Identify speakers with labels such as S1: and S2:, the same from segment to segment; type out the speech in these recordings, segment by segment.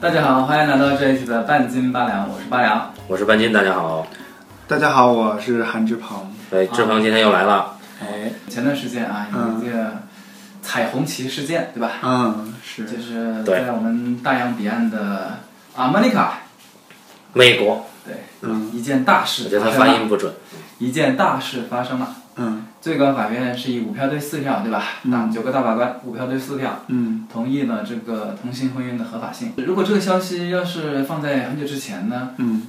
S1: 大家好，欢迎来到这一期的半斤八两，我是八两。
S2: 我是半斤，大家好。
S3: 大家好，我是韩志鹏。
S2: 哎，志鹏今天又来了，
S3: 哎，
S1: 前段时间啊，
S2: 嗯
S1: 有一个彩虹旗事件，对吧？
S3: 嗯，是
S1: 就是
S2: 对
S1: 在我们大洋彼岸的阿曼尼卡，
S2: 美国，
S1: 对，
S3: 嗯
S1: 一件大
S2: 我
S1: 事
S2: 觉得
S1: 发
S2: 他
S1: 生
S2: 发
S1: 了，
S2: 音不准。
S1: 一件大事发生了。
S3: 嗯
S1: 最高法院是以五票对四票，对吧？那九个大法官五票对四票
S3: 嗯
S1: 同意了这个同性婚姻的合法性。如果这个消息要是放在很久之前呢，呃
S3: 嗯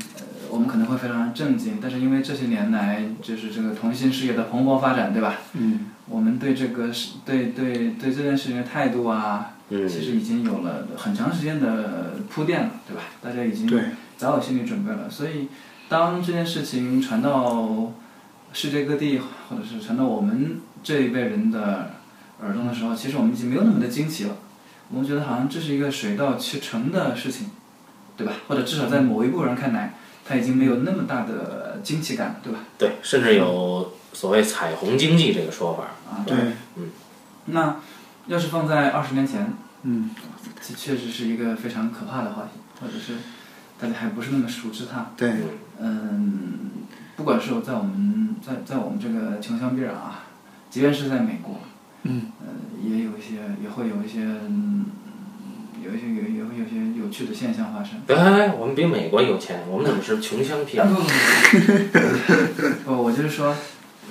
S1: 我们可能会非常震惊，但是因为这些年来就是这个同性事业的蓬勃发展，对吧？
S3: 嗯
S1: 我们对这个事、对对对这件事情的态度啊，
S2: 嗯
S1: 其实已经有了很长时间的铺垫了，对吧？大家已经
S3: 对
S1: 早有心理准备了，所以当这件事情传到世界各地，或者是传到我们这一辈人的耳中的时候，其实我们已经没有那么的惊奇了。我们觉得好像这是一个水到渠成的事情，对吧？或者至少在某一部分人看来，他已经没有那么大的惊奇感了，对吧？
S2: 对，甚至有所谓“彩虹经济”这个说法。
S1: 啊，
S3: 对
S1: 那要是放在二十年前，
S3: 嗯
S1: 这确实是一个非常可怕的话题，或者是大家还不是那么熟知它。
S3: 对
S1: 嗯，不管是在我们在在我们这个穷乡僻壤啊，即便是在美国，
S3: 嗯
S1: 呃，也有一些也会有一些，嗯、有一些有也会有一些有趣的现象发 生。
S2: 来来来，哎我们比美国有钱，我们怎么是穷乡僻壤？
S1: 不，我就是说，呃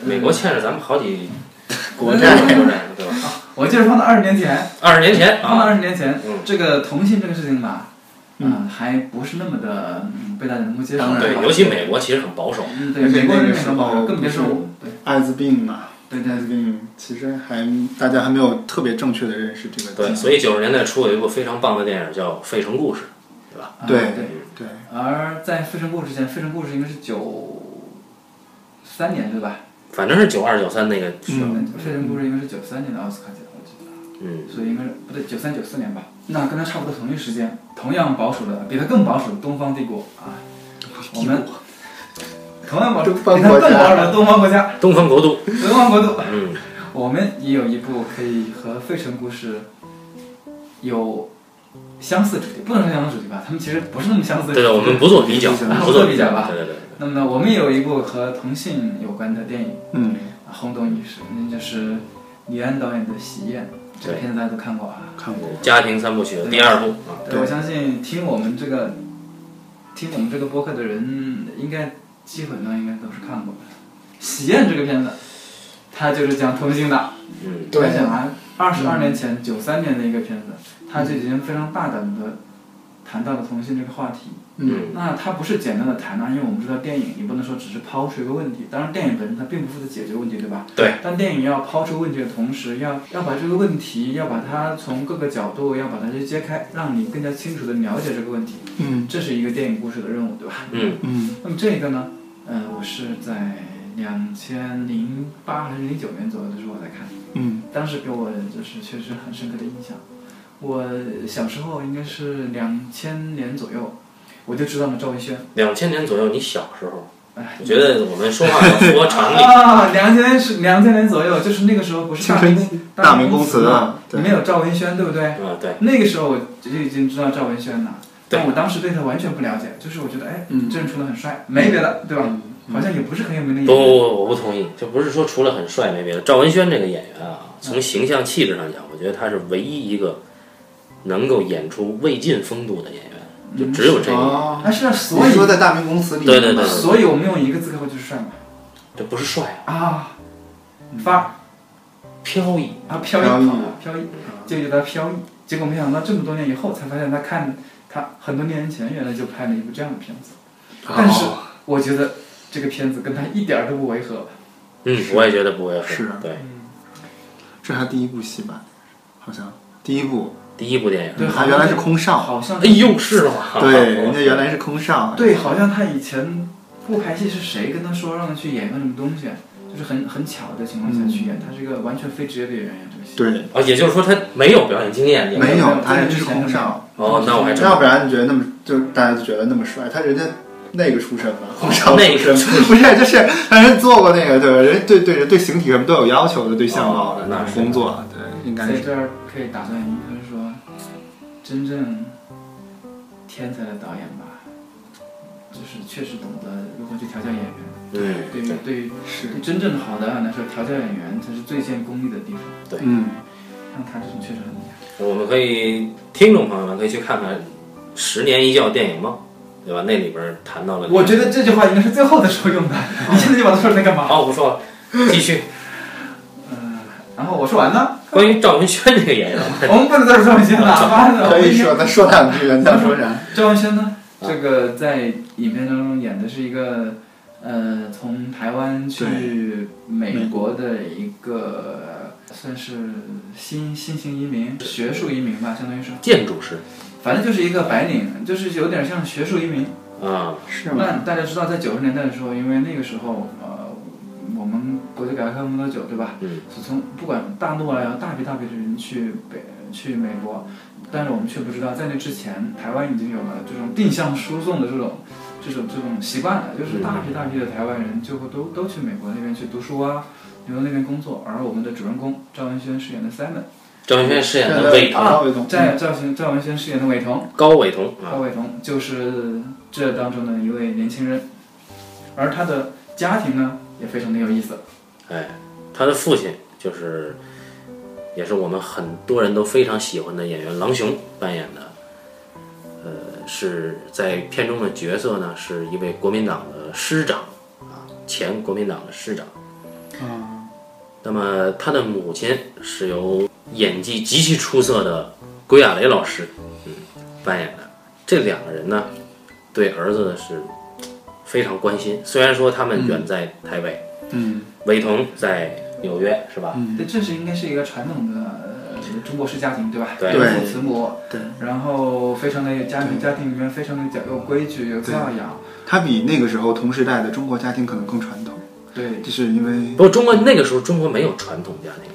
S2: 美国欠着咱们好几
S1: 国
S2: 债，国债，对吧？
S1: 我就是放到二十年前，
S2: 二十年前
S1: 放到
S2: 啊，
S1: 哎二十年前，
S2: 嗯
S1: 这个同性这个事情吧，
S3: 嗯
S1: 啊还不是那么的、嗯被大家能够接受
S3: 当。然
S2: 对，尤其美国其实很保守。
S1: 嗯，对，
S3: 而且
S1: 美国人
S3: 那个
S1: 也
S3: 时
S1: 很保守，
S3: 候
S1: 更别说
S3: 不是
S1: 我。对
S3: 艾滋病嘛，
S1: 对对
S3: 艾滋病其实还大家还没有特别正确的认识这个
S2: 对，
S3: 疾
S2: 所以九十年代初有一部非常棒的电影叫《费城故事》，对吧？
S1: 啊
S3: 对
S1: 对。
S3: 病。对，
S1: 而在《非诚勿扰》之前，《非诚勿扰》应该是九三年对吧？
S2: 反正是九二九三那个
S3: 嗯
S2: 时候。
S1: 《非诚勿扰》应该是九三年的奥斯卡奖，我记得，
S2: 嗯，
S1: 所以应该是不对，九三九四年吧。那跟他差不多同一时间，同样保守的，比他更保守的东方帝国啊，我们同样保守，
S3: 东
S1: 比
S3: 方
S1: 他
S3: 国
S1: 更
S3: 家
S1: 保守的东方国家，
S2: 东方国度。
S1: 东方国度，
S2: 嗯，
S1: 我们也有一部可以和《非诚故事》有相似主题，不能说相似主题吧，他们其实不是那么相似的主题。
S2: 对，我们不做比较，不做比较对对对。
S1: 那么呢，我们也有一部和同性有关的电影
S3: 嗯，
S1: 啊轰动一时，那就是李安导演的《喜宴》。这个片子大家都看过啊？
S3: 看过，
S2: 家庭三部曲的第二部啊，
S1: 对，
S3: 对
S1: 我相信听我们这个听我们这个播客的人，应该基本上应该都是看过的。《喜宴》这个片子，它就是讲同性的。
S2: 嗯，
S3: 对嗯
S1: 想想啊，二十二年前，九三年的一个片子，它就已经非常大胆的谈到了同性这个话题。
S2: 嗯，
S1: 那它不是简单的谈啊，因为我们知道电影，你不能说只是抛出一个问题。当然，电影本身它并不负责解决问题，对吧？
S2: 对。
S1: 但电影要抛出问题的同时，要要把这个问题，要把它从各个角度，要把它去揭开，让你更加清楚的了解这个问题。
S3: 嗯
S1: 这是一个电影故事的任务，对吧？
S2: 嗯，
S3: 嗯
S1: 那么这个呢，嗯、我是在两千零八还是零九年左右的时候我在看，
S3: 嗯
S1: 当时给我就是确实很深刻的印象。我小时候应该是两千年左右，我就知道了赵文轩。
S2: 两千年左右，你小时候，
S1: 哎
S2: 我觉得我们说话 要符合常理。
S1: 啊，两千是两千年左右，就是那个时候不是大明
S3: 青
S1: 宫
S3: 大
S1: 明
S3: 明宫
S1: 词
S3: 词
S1: 嘛
S3: 啊，
S1: 里
S3: 对
S1: 面有赵文轩， 对不对？
S2: 嗯，对，
S1: 那个时候我就已经知道赵文轩了，
S2: 对
S1: 但我当时对他完全不了解，就是我觉得哎，
S3: 嗯
S1: 这人除了很帅，没别的，对吧？
S2: 嗯
S1: 好像也不是很有名的演
S2: 不，
S1: 员。
S2: 我我不同意，就不是说除了很帅没别的。赵文轩这个演员啊，从形象气质上讲，我觉得他是唯一一个能够演出魏晋风度的演员，就只有这个，
S3: 哦，
S1: 但嗯是啊所
S3: 你
S1: 以
S3: 说在大明宫词里，
S2: 对对对
S1: 所以我们用一个字概括就是帅嘛
S2: 这不是帅，
S1: 啊，范儿
S2: 飘逸。
S1: 啊飘逸
S3: 飘逸
S1: 啊飘逸，就觉得他飘逸。结果没想到这么多年以后才发现他看他很多年前原来就拍了一部这样的片子，但是
S3: 哦
S1: 我觉得这个片子跟他一点儿都不违和。
S2: 嗯，我也觉得不会很
S3: 是
S2: 对，
S3: 这还第一部戏吧，好像第一部，
S2: 第一部电影，
S1: 对，好
S3: 他
S1: 像
S3: 原来是空少，
S1: 好像
S2: 哎呦，是 吗？
S3: 对，人家原来是空少，
S1: 对，好像他以前不拍戏是谁跟他说让他去演个什么东西，就是很很巧的情况下去演，他是一个完全非职业的演员，这个戏。
S3: 对，
S2: 啊，也就是说他没有表演经验，也
S3: 没
S1: 有
S3: 有，他
S1: 这
S3: 人
S1: 个
S3: 是
S1: 之前
S3: 空
S1: 没有
S3: 少，
S2: 哦，那我还真
S3: 要不然你觉得那么就大家就觉得那么帅，他人家那个出身嘛，红烧
S2: 哦那个
S3: 出身不是，就是他人做过那个对吧？人对对人对形体什么都有要求的，对相貌
S2: 哦
S3: 的、
S2: 那是
S3: 工作，对应该
S1: 在
S3: 是
S1: 这儿可以打断一下，就是说，真正天才的导演吧，就是确实懂得如何去调教演员。
S2: 嗯，
S1: 对于对于
S3: 是，
S1: 对真正好的导演来说，调教演员才是最见功力的地方。
S3: 嗯，
S1: 像他这种确实很厉害。
S2: 我们可以听众朋友们可以去看看《十年一觉电影梦》，对吧？那里边谈到了，
S1: 我觉得这句话应该是最后的时候用的，你现在就把它说出来干嘛？
S2: 好，啊我不说了，继 续。
S1: 嗯，然后我说完 了，
S2: 关于赵文轩这个演员，
S1: 我们不能再说赵文轩 了，妈的，
S3: 可以说，他说两句，人家说啥？
S1: 赵文轩呢？这个在影片当中演的是一个，呃，从台湾去美国的一个算是新新型移民、学术移民吧，相 当于是，
S2: 建筑师
S1: 反正就是一个白领，就是有点像学术移民。
S2: 啊，
S3: 是吗？
S1: 那大家知道，在九十年代的时候，因为那个时候，呃，我们国家改革开放不多久，对吧？
S2: 嗯，
S1: 是从不管大陆啊，大批大批的人去北去美国，但是我们却不知道，在那之前，台湾已经有了这种定向输送的这种这种这种习惯了，就是大
S3: 嗯
S1: 批大批的台湾人就会都都去美国那边去读书啊，留在那边工作。而我们的主人公赵文轩饰演的 Simon，
S2: 赵文轩饰演的伟
S1: 啊
S2: 彤，
S3: 伟彤，
S1: 在赵文赵文轩饰演的伟彤。
S2: 高伟彤
S1: 高
S2: 啊，
S1: 伟彤就是这当中的一位年轻人，而他的家庭呢也非常的有意思。
S2: 哎，他的父亲就是，也是我们很多人都非常喜欢的演员郎雄扮演的，呃，是在片中的角色呢是一位国民党的师长啊，前国民党的师长。
S3: 嗯，
S2: 那么他的母亲是由演技极其出色的归亚蕾老师，嗯，扮演的。这两个人呢，对儿子呢是非常关心。虽然说他们远在台北，
S3: 嗯，
S2: 韦彤在纽约，是吧？
S1: 这这是应该是一个传统的、呃、中国式家庭，对吧？
S2: 对
S1: 父母慈母，
S3: 对，
S1: 然后非常的有家庭家庭里面非常的讲究规矩、有教养，
S3: 他比那个时候同时代的中国家庭可能更传统，
S1: 对。
S3: 就是因为
S2: 不过中国那个时候中国没有传统家庭，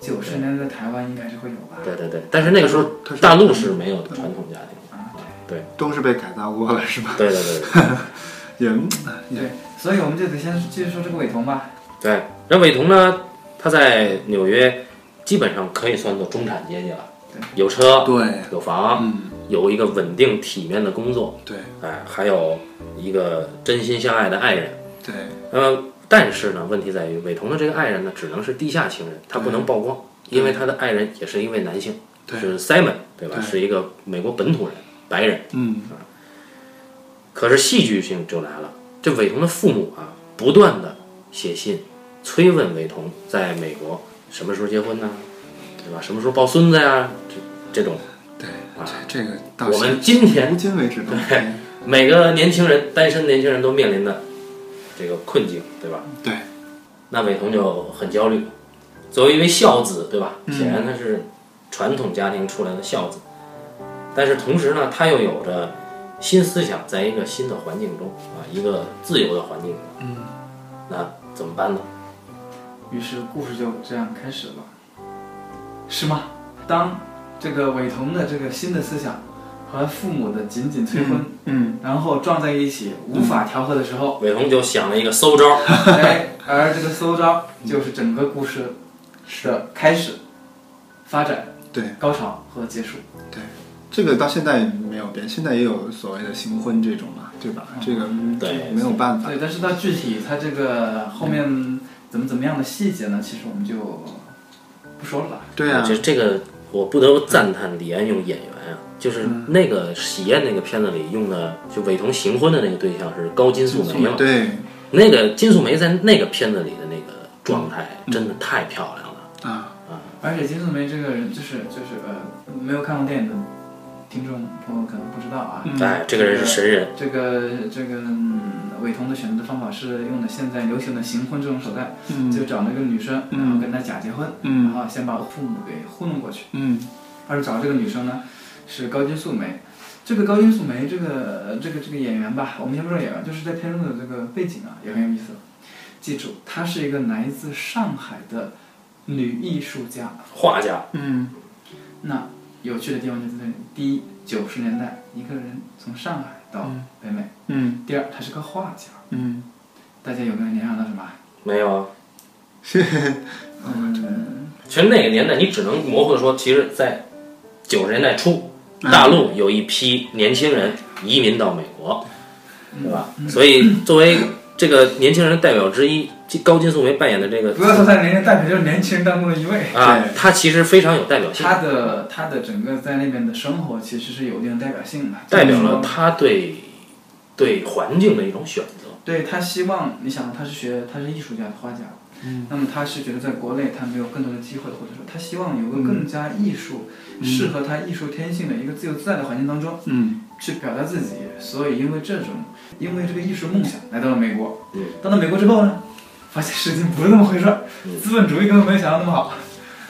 S1: 九十年代的台湾应该是会有吧？
S2: 对对对。但是那个时候
S3: 啊他是
S2: 大陆是没有传统家庭的，
S1: 啊，对
S3: 都是被改造过了，是吧？
S2: 对对对对。
S3: 也嗯
S1: 对，所以我们就得先继续说这个伟彤吧。
S2: 对然后韦彤呢，他在纽约基本上可以算作中产阶级了，
S1: 对
S2: 有车
S3: 对，
S2: 有房。
S3: 嗯，
S2: 有一个稳定体面的工作，
S3: 对
S2: 哎，还有一个真心相爱的爱人。
S3: 对，
S2: 那么，但是呢，问题在于伟彤的这个爱人呢，只能是地下情人，他不
S3: 嗯
S2: 能曝光，因为他的爱人也是一位男性，
S3: 对
S2: 是 Simon，对吧？
S3: 对
S2: 是一个美国本土人，白人。
S3: 嗯，
S2: 可是戏剧性就来了，这伟彤的父母啊，不断的写信催问伟彤在美国什么时候结婚呢、对吧？什么时候抱孙子呀、这这种，
S3: 对，
S2: 啊
S3: 这这个到
S2: 我们今天
S3: 现如今为止都对
S2: 每个年轻人，单身年轻人都面临的这个困境，对吧？
S3: 对。
S2: 那伟彤就很焦虑，作为一位孝子，对吧？
S3: 嗯
S2: 显然他是传统家庭出来的孝子，但是同时呢，他又有着新思想，在一个新的环境中啊，一个自由的环境中，
S3: 嗯，
S2: 那怎么办呢？
S1: 于是故事就这样开始了，是吗？当这个伟彤的这个新的思想和父母的紧紧催婚，
S3: 嗯，
S1: 然后撞在一起无法调和的时候，
S2: 伟彤就想了一个馊招，
S3: 嗯
S1: 哎，而这个馊招就是整个故事的开始、发展、
S3: 对。
S1: 高潮和结束。
S3: 这个到现在没有变，现在也有所谓的行婚这种嘛，对吧？这个
S2: 对
S3: 没有办法。
S1: 对，但是到具体它这个后面怎么怎么样的细节呢？其实我们就不说了吧。
S3: 对啊，
S2: 这这个我不得不赞叹李安用演员啊，就是那个《喜宴》那个片子里用的，就伟彤行婚的那个对象是高金素梅嘛，
S3: 对
S2: 那个金素梅在那个片子里的那个状态
S3: 嗯
S2: 真的太漂亮了，
S3: 啊，
S1: 而且金素梅这个人就是就是呃，没有看过电影的听众朋友可能不知道啊，
S3: 嗯
S2: 哎，这个人是神人，
S1: 这个这个嗯伟彤的选择方法是用的现在流行的行婚这种手段，
S3: 嗯
S1: 就找那个女生，
S3: 嗯
S1: 然后跟她假结婚，然
S3: 嗯
S1: 后啊先把父母给糊弄过去。
S3: 嗯
S1: 而找这个女生呢是高金素梅，这个高金素梅这个呃这个这个演员吧，我们先不说演员，就是在片中呃的这个背景啊也很有意思。记住，她是一个来自上海的女艺术家，
S2: 画家，
S3: 嗯，
S1: 那有趣的地方就在这里：第一，九十年代一个人从上海到
S3: 嗯
S1: 北美；
S3: 嗯
S1: 第二，他是个画家。
S3: 嗯，
S1: 大家有没有联想到什么？
S2: 没有啊。
S1: 嗯，
S2: 其实那个年代，你只能模糊的说，其实，在九十年代初，大陆有一批年轻人移民到美国，对吧？所以作为这个年轻人的代表之一，高金素梅扮演的这个
S1: 呃不要说在年龄代表，就是年轻人当中的一位。
S2: 啊
S3: 对，
S2: 她其实非常有代表性，
S1: 他的他的整个在那边的生活其实是有一定代表性的，
S2: 代表
S1: 就是
S2: 了
S1: 说
S2: 她对对环境的一种选择。
S1: 对他希望，你想他是学他是艺术家画家，
S2: 嗯
S1: 那么他是觉得在国内他没有更多的机会，或者说他希望有个更加艺术、适合他艺术天性的一个自由自在的环境当中
S3: 嗯
S1: 去表达自己，所以因为这种因为这个艺术梦想来到了美国，
S2: 嗯
S1: 到了美国之后呢，发现事情不是那么回事儿，
S2: 嗯
S1: 资本主义根本没有想象那么好，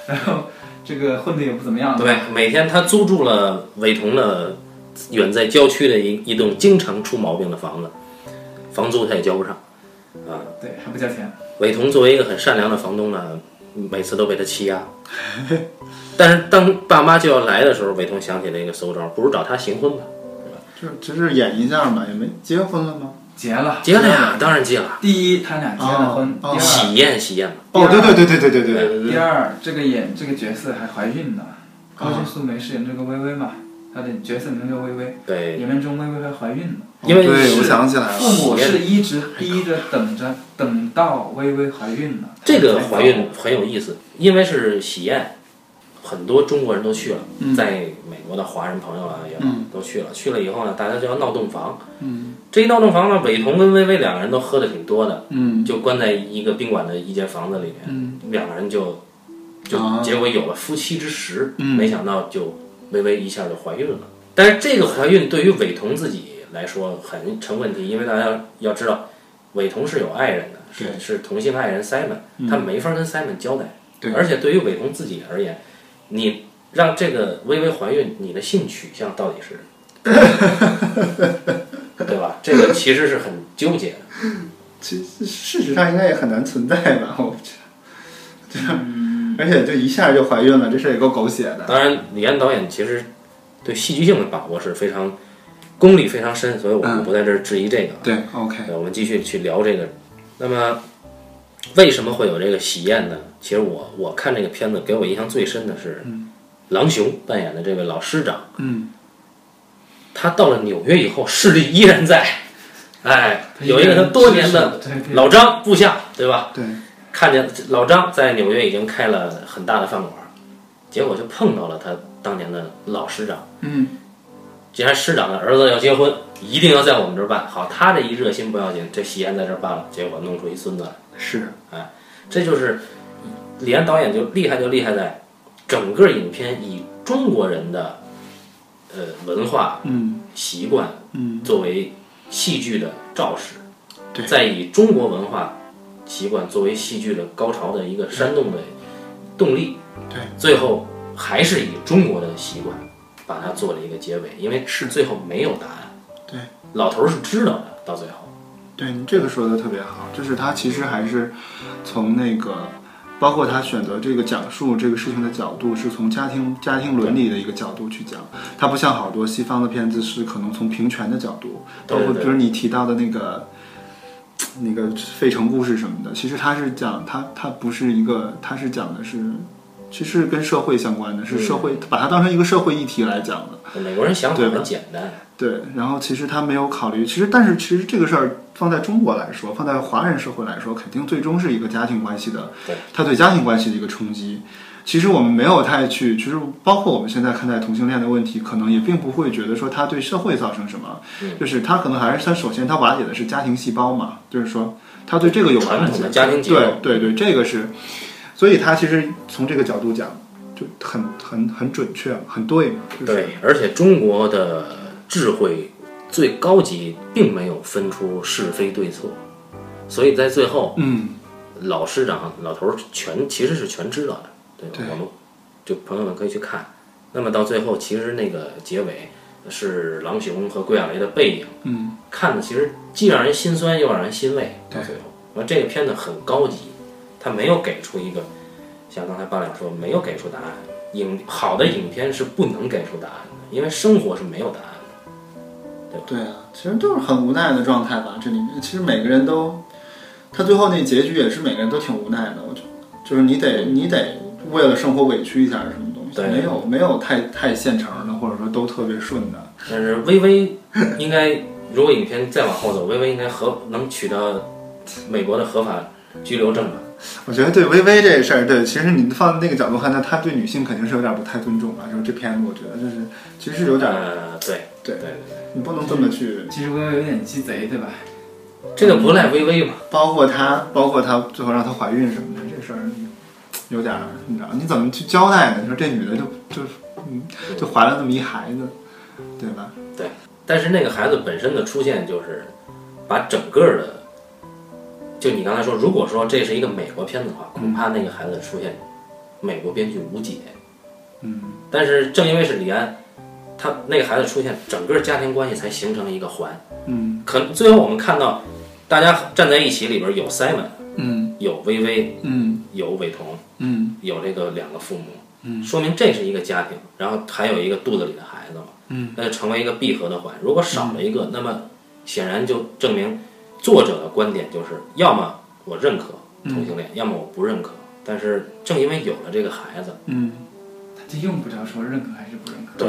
S1: 然后这个混的也不怎么样，
S2: 对，每天她租住了伟同的远在郊区的一一栋经常出毛病的房子，房租她也交不上。
S1: 对，还不交钱，
S2: 伟同作为一个很善良的房东呢，每次都被他欺压。 但是当爸妈就要来的时候，伟同想起了一个馊招，不如找他行婚吧。
S3: 就只是演一下嘛，也没结婚了吗？
S1: 结了，
S2: 结了呀，当然结了，
S1: 第一他俩结了婚，
S3: 哦哦
S1: 第二。
S2: 喜宴喜宴嘛。
S3: 哦，对对对对对对对对
S2: 嗯
S3: 对
S1: 第
S3: 对，
S1: 二，这个演这个角色还怀孕呢，
S3: 哦
S1: 高金素梅饰演这个薇薇嘛，她的角色名叫薇薇，
S2: 对，嗯
S1: 演员中薇薇还怀孕呢。
S2: 因为
S3: 哦对
S2: 是
S3: 我想起来了，
S1: 父母是一直逼着等着，等到薇薇怀孕了，
S2: 这个怀孕很有意思，因为是喜宴，很多中国人都去了，
S3: 嗯
S2: 在美国的华人朋友啊也好
S3: 嗯
S2: 都去了。去了以后呢，大家就要闹洞房。
S3: 嗯
S2: 这一闹洞房呢，伟同跟薇薇两个人都喝的挺多的，
S3: 嗯
S2: 就关在一个宾馆的一间房子里面。
S3: 嗯
S2: 两个人就就
S3: 啊
S2: 结果有了夫妻之实，
S3: 嗯
S2: 没想到就微微一下就怀孕了。但是这个怀孕对于伟彤自己来说很成问题，因为大家要知道，伟彤是有爱人的，是
S3: 对
S2: 是同性爱人 Simon，、
S3: 嗯
S2: 他没法跟 Simon 交代。
S3: 对
S2: 而且对于伟彤自己而言，你让这个微微怀孕，你的性取向到底是，对吧？这个其实是很纠结的。
S3: 其实事实上应该也很难存在吧，我觉得，对吧？而且就一下就怀孕了，这事儿也够狗血的。
S2: 当然，李安导演其实对戏剧性的把握是非常功力非常深，所以我们
S3: 嗯
S2: 不在这儿质疑这个。
S3: 对，OK，
S2: 哎对，我们继续去聊这个。那么，为什么会有这个喜宴呢？其实我我看这个片子，给我印象最深的是郎雄扮演的这位老师长，
S3: 嗯，
S2: 他到了纽约以后，势力依然在。哎，有一个他多年的
S1: 对对
S2: 老张部下，对吧？
S3: 对，
S2: 看见老张在纽约已经开了很大的饭馆，结果就碰到了他当年的老师长。
S1: 嗯，
S2: 既然师长的儿子要结婚，一定要在我们这儿办。好，他这一热心不要紧，这喜宴在这儿办了，结果弄出一孙子来。
S3: 是，
S2: 这就是李安导演就厉害就厉害在，整个影片以中国人的呃文化
S3: 嗯
S2: 习惯
S3: 嗯，
S2: 作为戏剧的肇始，
S3: 对
S2: 再以中国文化习惯作为戏剧的高潮的一个煽动的动力，
S3: 对，
S2: 最后还是以中国的习惯把它做了一个结尾，因为是最后没有答案，
S3: 对，
S2: 老头儿是知道的，到最后，
S3: 对你这个说的特别好，就是他其实还是从那个，包括他选择这个讲述这个事情的角度，是从家庭家庭伦理的一个角度去讲。他不像好多西方的片子是可能从平权的角度，包
S2: 对
S3: 括
S2: 对对
S3: 比如你提到的那个。那个费城故事什么的，其实他是讲他他不是一个，他是讲的是，其实跟社会相关的，是社
S2: 嗯
S3: 会把它当成一个社会议题来讲的。
S2: 美国人想法
S3: 对吧
S2: 很简单，
S3: 对，然后其实他没有考虑，其实但是其实这个事儿放在中国来说，放在华人社会来说，肯定最终是一个家庭关系的
S2: 对，
S3: 他对家庭关系的一个冲击。其实我们没有太去，其实包括我们现在看待同性恋的问题，可能也并不会觉得说他对社会造成什么，
S2: 嗯
S3: 就是他可能还是他首先他瓦解的是家庭细胞嘛，就是说他对这个有
S2: 传
S3: 瓦
S2: 统
S3: 解
S2: 的家庭结构
S3: 对对对，这个是，所以他其实从这个角度讲就很很很准确，很对，就是、
S2: 对，而且中国的智慧最高级，并没有分出是非对错，所以在最后，
S3: 嗯。
S2: 老师长老头儿全其实是全知道的，对吧？
S3: 对
S2: 我们就朋友们可以去看。那么到最后，其实那个结尾是郎雄和桂亚雷的背影，
S3: 嗯，
S2: 看的其实既让人心酸又让人欣慰。到
S3: 对
S2: 最后，那这个片子很高级，它没有给出一个像刚才八两说没有给出答案。影好的影片是不能给出答案的，因为生活是没有答案的。
S3: 对啊，其实都是很无奈的状态吧。这里面其实每个人都，他最后那结局也是每个人都挺无奈的。我觉得，就是你得你得为了生活委屈一下什么东西，
S2: 对
S3: 没有没有太太现成的，或者说都特别顺的。
S2: 但是微微应该，如果影片再往后走，微微应该合能取到美国的合法居留证吧？
S3: 我觉得对微微这事儿，对，其实你放在那个角度看，那他对女性肯定是有点不太尊重啊。就是这片子，我觉得就是其实有点，
S2: 呃，对
S3: 对
S2: 对
S3: 你不能这么去，
S1: 其实微微有点鸡贼，对吧？
S2: 对，这个不赖微微嘛？
S3: 包括她，包括她最后让她怀孕什么的这事儿，有点儿，你知道你怎么去交代呢？你说这女的就就嗯，就怀了那么一孩子，对吧？
S2: 但是那个孩子本身的出现，就是把整个的，就你刚才说，如果说这是一个美国片子的话，恐怕那个孩子的出现，美国编剧无解。
S3: 嗯，
S2: 但是正因为是李安，他那个孩子出现，整个家庭关系才形成一个环。
S3: 嗯
S2: 可能最后我们看到，大家站在一起里边有 Simon，
S3: 嗯
S2: 有微微，
S3: 嗯
S2: 有伟彤，
S3: 嗯
S2: 有这个两个父母，
S3: 嗯
S2: 说明这是一个家庭，然后还有一个肚子里的孩子嘛，
S3: 嗯，
S2: 那就成为一个闭合的环。如果少了一个，那么显然就证明作者的观点就是，要么我认可
S3: 嗯
S2: 同性恋，要么我不认可。但是正因为有了这个孩子，
S3: 嗯，
S1: 他就用不着说认可还是不认可。
S2: 对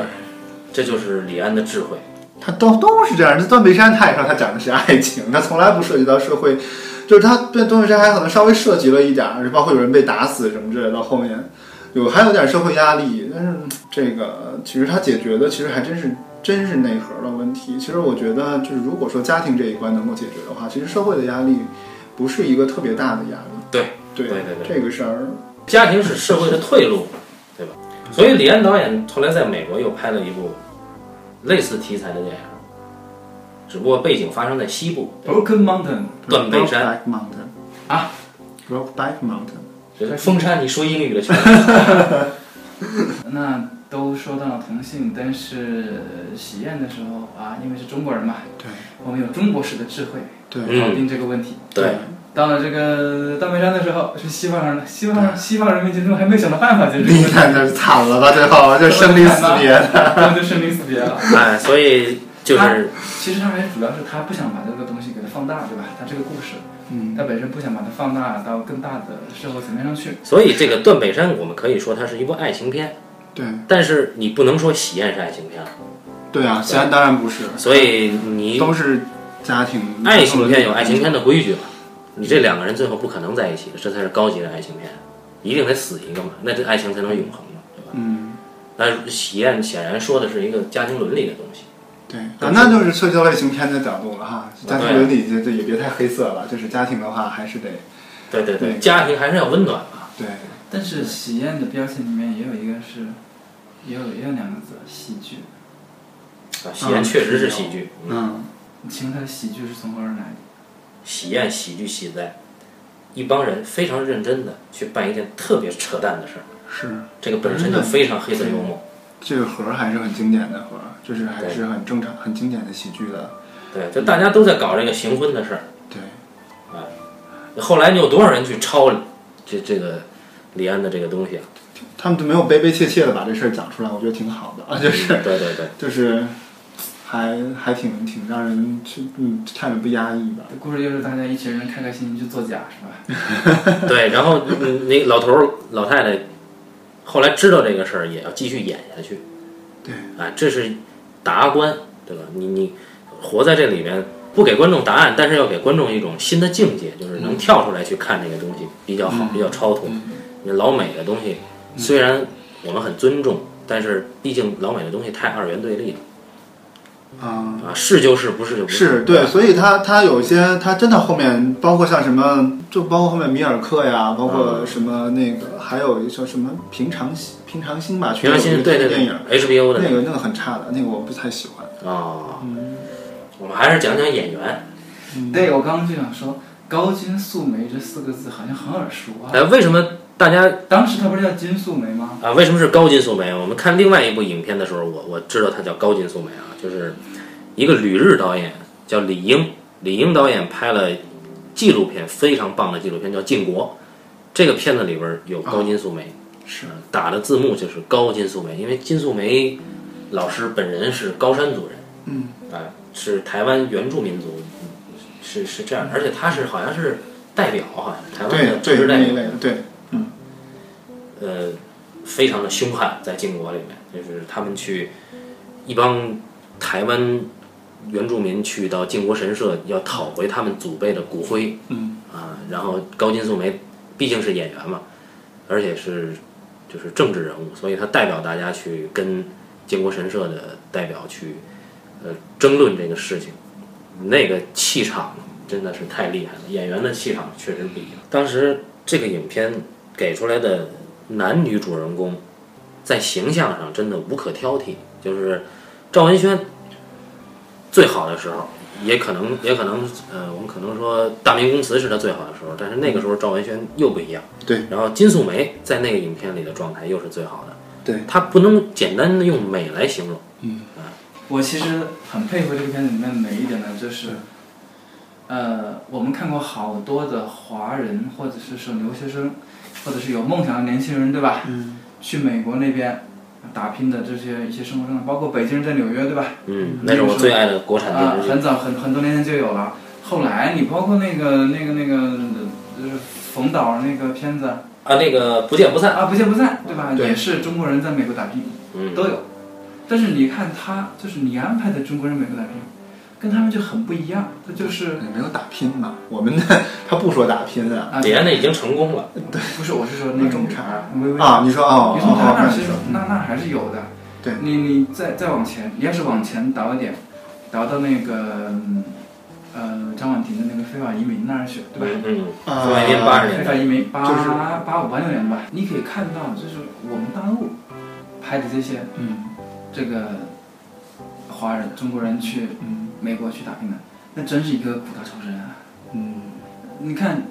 S2: 这就是李安的智慧。
S3: 他都都是这样。这段梅山他也说他讲的是爱情，他从来不涉及到社会，就是他对段梅山还可能稍微涉及了一点儿，包括有人被打死什么之类的，到后面有还有点社会压力，但是嗯这个其实他解决的其实还真是真是内核的问题。其实我觉得就是如果说家庭这一关能够解决的话，其实社会的压力不是一个特别大的压力。
S2: 对
S3: 对
S2: 对对
S3: 这个事儿，
S2: 家庭是社会的退 路，对吧？所以李安导演后来在美国又拍了一部类似题材的电影，只不过背景发生在西部，
S3: 嗯
S1: Broken Mountain，
S2: 断背山
S3: Rock Back Mountain
S1: 啊
S3: ，Rock Back Mountain。
S2: 就是风山。你说英语的全
S1: 那都说到同性，但是呃喜宴的时候啊，因为是中国人嘛，
S3: 对
S1: 我们有中国式的智慧
S3: 对
S2: 嗯
S1: 搞定这个问题。
S2: 对，
S1: 到了这个断背山的时候，是西方人了，西方西方人民群众还没想到办法解决这
S3: 你
S1: 个问题，
S3: 看这惨了吧，最后就生离死别了。
S1: 他们就生离死别 了。
S2: 哎，所以就是
S1: 其实他还主要是他不想把这个东西给它放大，对吧？他这个故事，
S3: 嗯
S1: 他本身不想把它放大到更大的社会层面上去。
S2: 所以这个《断背山》，我们可以说它是一部爱情片，
S3: 对
S2: 但是你不能说《喜宴》是爱情片，
S3: 对啊，西安当然不是，
S2: 所以你
S3: 都是家庭
S2: 爱情片有爱情片的规矩嘛，你这两个人最后不可能在一起的，这才是高级的爱情片，一定得死一个嘛，那这爱情才能永恒嘛，对吧？
S3: 嗯，
S2: 那喜宴显然说的是一个家庭伦理的东西，
S3: 对，啊那就是涉及到类型片的角度了哈。家
S2: 啊
S3: 庭伦理这这也别太黑色了，就是家庭的话还是得
S2: 对对对，
S3: 对
S2: 家庭还是要温暖嘛，
S3: 对
S1: 但是喜宴的标签里面也有一个是，也有也有两个字喜剧。
S2: 啊，喜宴
S3: 嗯
S2: 确实是喜剧，嗯
S3: 嗯
S1: 请问他的喜剧是从何而来的？
S2: 喜宴喜剧喜在一帮人非常认真的去办一件特别扯淡的事儿，
S3: 是
S2: 这个本身就非常黑色幽默，
S3: 这个盒儿还是很经典的盒儿，就是还是很正常、很经典的喜剧的。
S2: 对，就大家都在搞这个行婚的事儿。
S3: 对，
S2: 后来你有多少人去抄这这个李安的这个东西啊？
S3: 他们就没有悲悲切切的把这事儿讲出来，我觉得挺好的啊，就是
S2: 对对对，
S3: 就是还还挺挺让人去嗯看着不压抑吧。
S1: 故事就是大家一群人开开心心去作假，是吧？
S2: 对，然后嗯那老头儿老太太后来知道这个事儿，也要继续演下去。
S3: 对，
S2: 啊，这是达观，对吧？你你活在这里面，不给观众答案，但是要给观众一种新的境界，就是
S3: 嗯
S2: 能跳出来去看这个东西比较好，比较超脱。你老美的东西
S3: 嗯
S2: 虽然我们很尊重，但是毕竟老美的东西太二元对立了
S3: 啊、
S2: 啊，是就是，不是就不
S3: 是对，所以他他有些他真的后面，包括像什么，就包括后面米尔克呀，包括什么那个，还有一叫什么平常心平常心吧，
S2: 平常
S3: 去
S2: 心
S3: 有
S2: 对
S3: 一
S2: 对
S3: 个
S2: 对
S3: 电影，
S2: ，HBO 的
S3: 那个那个很差的，那个嗯我不太喜欢。
S2: 啊、我们还是讲讲演员。
S3: 嗯
S1: 对，我刚刚就想说，高金素梅这四个字好像很耳熟啊。
S2: 呃，为什么大家啊、
S1: 当时她不是叫金素梅吗？
S2: 为什么是高金素梅？我们看另外一部影片的时候，我我知道她叫高金素梅啊，就是一个旅日导演叫李英，李英导演拍了纪录片，非常棒的纪录片叫《晋国》，这个片子里边有高金素梅，
S3: 是
S2: 呃打的字幕就是高金素梅，因为金素梅老师本人是高山族人。
S3: 嗯，
S2: 啊，是台湾原住民族，嗯是是这样，而且他是好像是代表，好像是台湾
S3: 对
S2: 的组
S3: 对
S2: 织
S3: 那
S2: 代
S3: 一
S2: 表，
S3: 类的，对
S2: 呃，非常的凶悍，在晋国里面，就是他们去一帮台湾原住民去到靖国神社要讨回他们祖辈的骨灰，
S3: 嗯
S2: 啊，然后高金素梅毕竟是演员嘛，而且是就是政治人物，所以她代表大家去跟靖国神社的代表去呃争论这个事情，那个气场真的是太厉害了，演员的气场确实不一样。当时这个影片给出来的男女主人公在形象上真的无可挑剔，就是赵文轩最好的时候，也可能也可能呃，我们可能说大明宫词是他最好的时候，但是那个时候赵文轩又不一样。
S3: 对。
S2: 然后金素梅在那个影片里的状态又是最好的。
S3: 对。
S2: 她不能简单的用美来形容。
S1: 我其实很佩服这个片子里面每一点呢，就是，呃，我们看过好多的华人，或者是说留学生，或者是有梦想的年轻人，对吧？
S3: 嗯
S1: 去美国那边打拼的这些一些生活中的，包括北京人在纽约，对吧？
S2: 嗯，那是我最爱的国产
S1: 啊
S2: 电，视剧。
S1: 很早很很多年前就有了。后来你包括那个那个那个呃冯导那个片子
S2: 啊，那个不见不散。
S1: 啊，不见不散，对吧？
S3: 对
S1: 也是中国人在美国打拼。
S2: 嗯，
S1: 都有。但是你看他，就是你安排的中国人美国打拼，跟他们就很不一样。他就是
S3: 没有打拼嘛，我们 的他不说打拼啊，
S1: 啊，
S2: 李安那已经成功了。
S1: 不是，我是说那个
S3: 中
S1: 女
S3: 产
S1: 孩薇薇
S3: 啊，你说哦，
S1: 于从他
S3: 哦
S1: 那儿
S3: 哦
S1: 其实那那还是有的。
S3: 对
S1: 你你再再往前，你要是往前倒一点，倒到那个嗯呃张婉婷的那个非法移民那儿去，对吧？
S2: 嗯嗯，
S3: 啊
S2: 外面八十年
S1: 非法移民八八五八六年吧，你可以看到，就是我们大陆拍的这些
S3: 嗯
S1: 这个华人中国人去
S3: 嗯
S1: 美国去打拼的，那真是一个苦大仇深啊！
S3: 嗯
S1: 你看，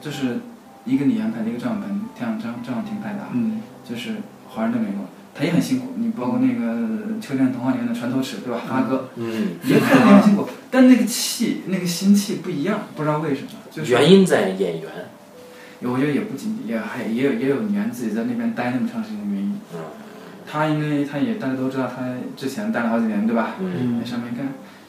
S1: 就是一个李安拍的，一个张婉婷，这样张张婉婷拍的啊，
S3: 嗯
S1: 就是华人的美国，他也很辛苦。你包括那个呃《秋天童话》里面的船头尺，对吧？发哥
S2: 嗯，
S1: 也拍的很辛苦，但那个气、那个心气不一样，不知道为什么。就是
S2: 嗯原因在演员。
S1: 我觉得也不仅也还也有也有李安自己在那边待那么长时间的原因。
S2: 嗯
S1: 他因为他也大家都知道，他之前待了好几年，对吧？
S2: 嗯，
S1: 在
S3: 嗯
S1: 上面干，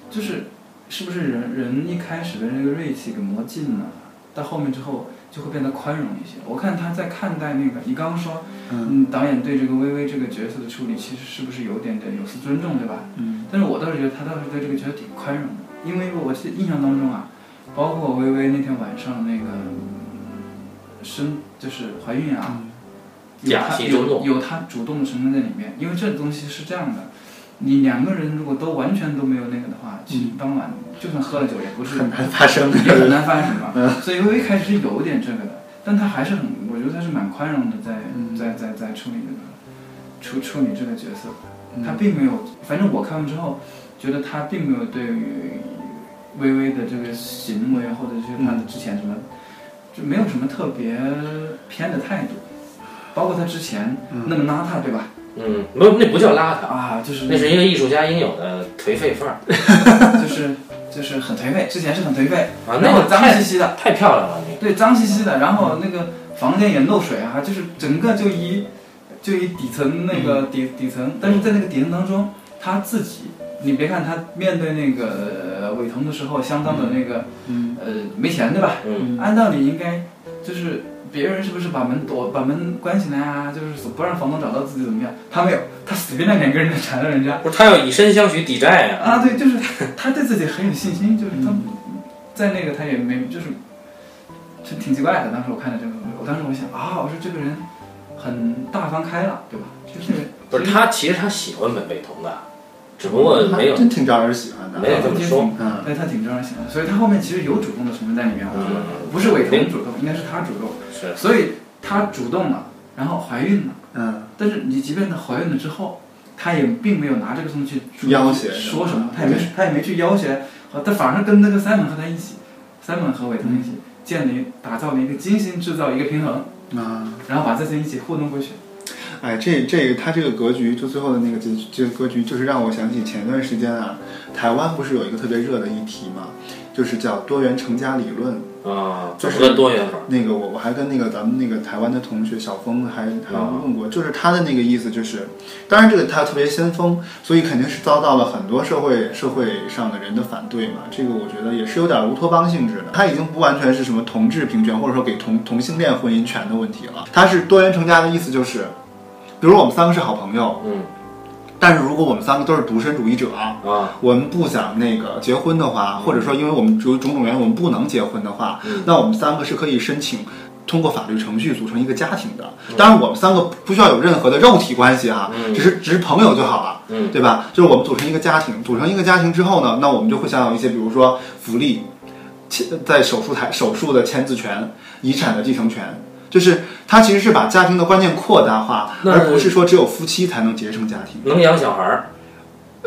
S1: 就是是不是人人一开始的那个锐气给磨尽了，到后面之后就会变得宽容一些。我看他在看待那个，你刚刚说，
S3: 嗯
S1: 嗯，导演对这个薇薇这个角色的处理，其实是不是有点点有失尊重，对吧？
S3: 嗯
S1: 但是我倒是觉得他倒是对这个角色挺宽容的，因为我记得印象当中啊，包括薇薇那天晚上那个嗯生就是怀孕啊，有
S2: 假
S1: 他
S2: 戏真
S1: 有
S2: 做
S1: 有他主动的成分在里面，因为这个东西是这样的，你两个人如果都完全都没有那个的话，其实当晚就算喝了酒也不是
S3: 很难发 生
S1: 也 很难发生
S2: 嗯
S1: 嘛。所以我一开始是有点这个的，但他还是很，我觉得他是蛮宽容的在，
S3: 嗯
S1: 在在在处理这个处处理这个角色，
S2: 嗯
S1: 他并没有，反正我看完之后觉得他并没有对于微微的这个行为或者是
S2: 嗯
S1: 他的之前什么，就没有什么特别偏的态度。包括他之前那么邋遢，对吧？
S2: 嗯，没有，那不叫邋遢，
S1: 啊，就是
S2: 那是一个艺术家应有的颓废范儿
S1: 就是就是很颓废，之前是很颓废，
S2: 啊。
S1: 然
S2: 那
S1: 后
S2: 个
S1: 脏兮
S2: 太
S1: 兮的，
S2: 太漂亮了，那个。
S1: 对，脏兮兮的，然后那个房间也漏水啊，就是整个就一就一底层那个
S3: 嗯
S1: 底底层，但是在那个底层当中，他自己，你别看他面对那个呃伟彤的时候，相当的那个
S3: 嗯
S1: 呃没钱对吧？
S2: 嗯
S1: 按道理应该就是别人是不是把门躲把门关起来啊，就是不让房东找到自己怎么样？他没有，他随便那两个人就 缠着人家，
S2: 不是他要以身相许抵债啊。
S1: 啊，对，就是他对自己很有信心，就是他在那个他也没就是，就挺奇怪的。当时我看了这个，我当时我想啊，我说这个人很大方开朗，对吧？就是
S2: 不是他，其实他喜欢本贝童的，只不过没有
S3: 真挺招人喜欢的，
S2: 没有这么说。
S3: 嗯
S1: 对他挺招人喜欢，所以他后面其实有主动的成分在里面，
S2: 嗯
S1: 我觉得不是伟霆主动，应该是他主动，
S2: 是
S1: 所以他主动了，然后怀孕了，
S3: 嗯
S1: 但是你即便她怀孕了之后。他也并没有拿这个东西去
S3: 要挟嗯
S1: 说什么，他也没他也没去要挟，和他反而跟那个 Simon 和他一起，Simon 和伟腾一起
S3: 嗯
S1: 建立打造了一个精心制造一个平衡，
S3: 啊，
S1: 然后把这些一起互动过去。
S3: 哎，这这个他这个格局，就最后的那个结这个格局，就是让我想起前段时间啊，台湾不是有一个特别热的议题嘛，就是叫多元成家理论。
S2: 啊，
S3: 就
S2: 这
S3: 是
S2: 是个多元法。
S3: 那个我我还跟那个咱们那个台湾的同学小峰还还问过，就是他的那个意思就是，当然这个他特别先锋，所以肯定是遭到了很多社会社会上的人的反对嘛。这个我觉得也是有点乌托邦性质的，他已经不完全是什么同志平权或者说给同同性恋婚姻权的问题了，他是多元成家的意思就是，比如我们三个是好朋友，
S2: 嗯
S3: 但是如果我们三个都是独身主义者啊，
S2: 啊，
S3: 我们不想那个结婚的话，
S2: 嗯
S3: 或者说因为我们种种种原因我们不能结婚的话，那我们三个是可以申请。通过法律程序组成一个家庭的，
S2: 嗯
S3: 当然我们三个不需要有任何的肉体关系哈、只是只是朋友就好了，
S2: 嗯
S3: 对吧？就是我们组成一个家庭，组成一个家庭之后呢，那我们就会享有一些，比如说福利，签在手术台手术的签字权、遗产的继承权，就是它其实是把家庭的观念扩大化，
S2: 那
S3: 而不是说只有夫妻才能结成家庭。
S2: 能养小孩儿，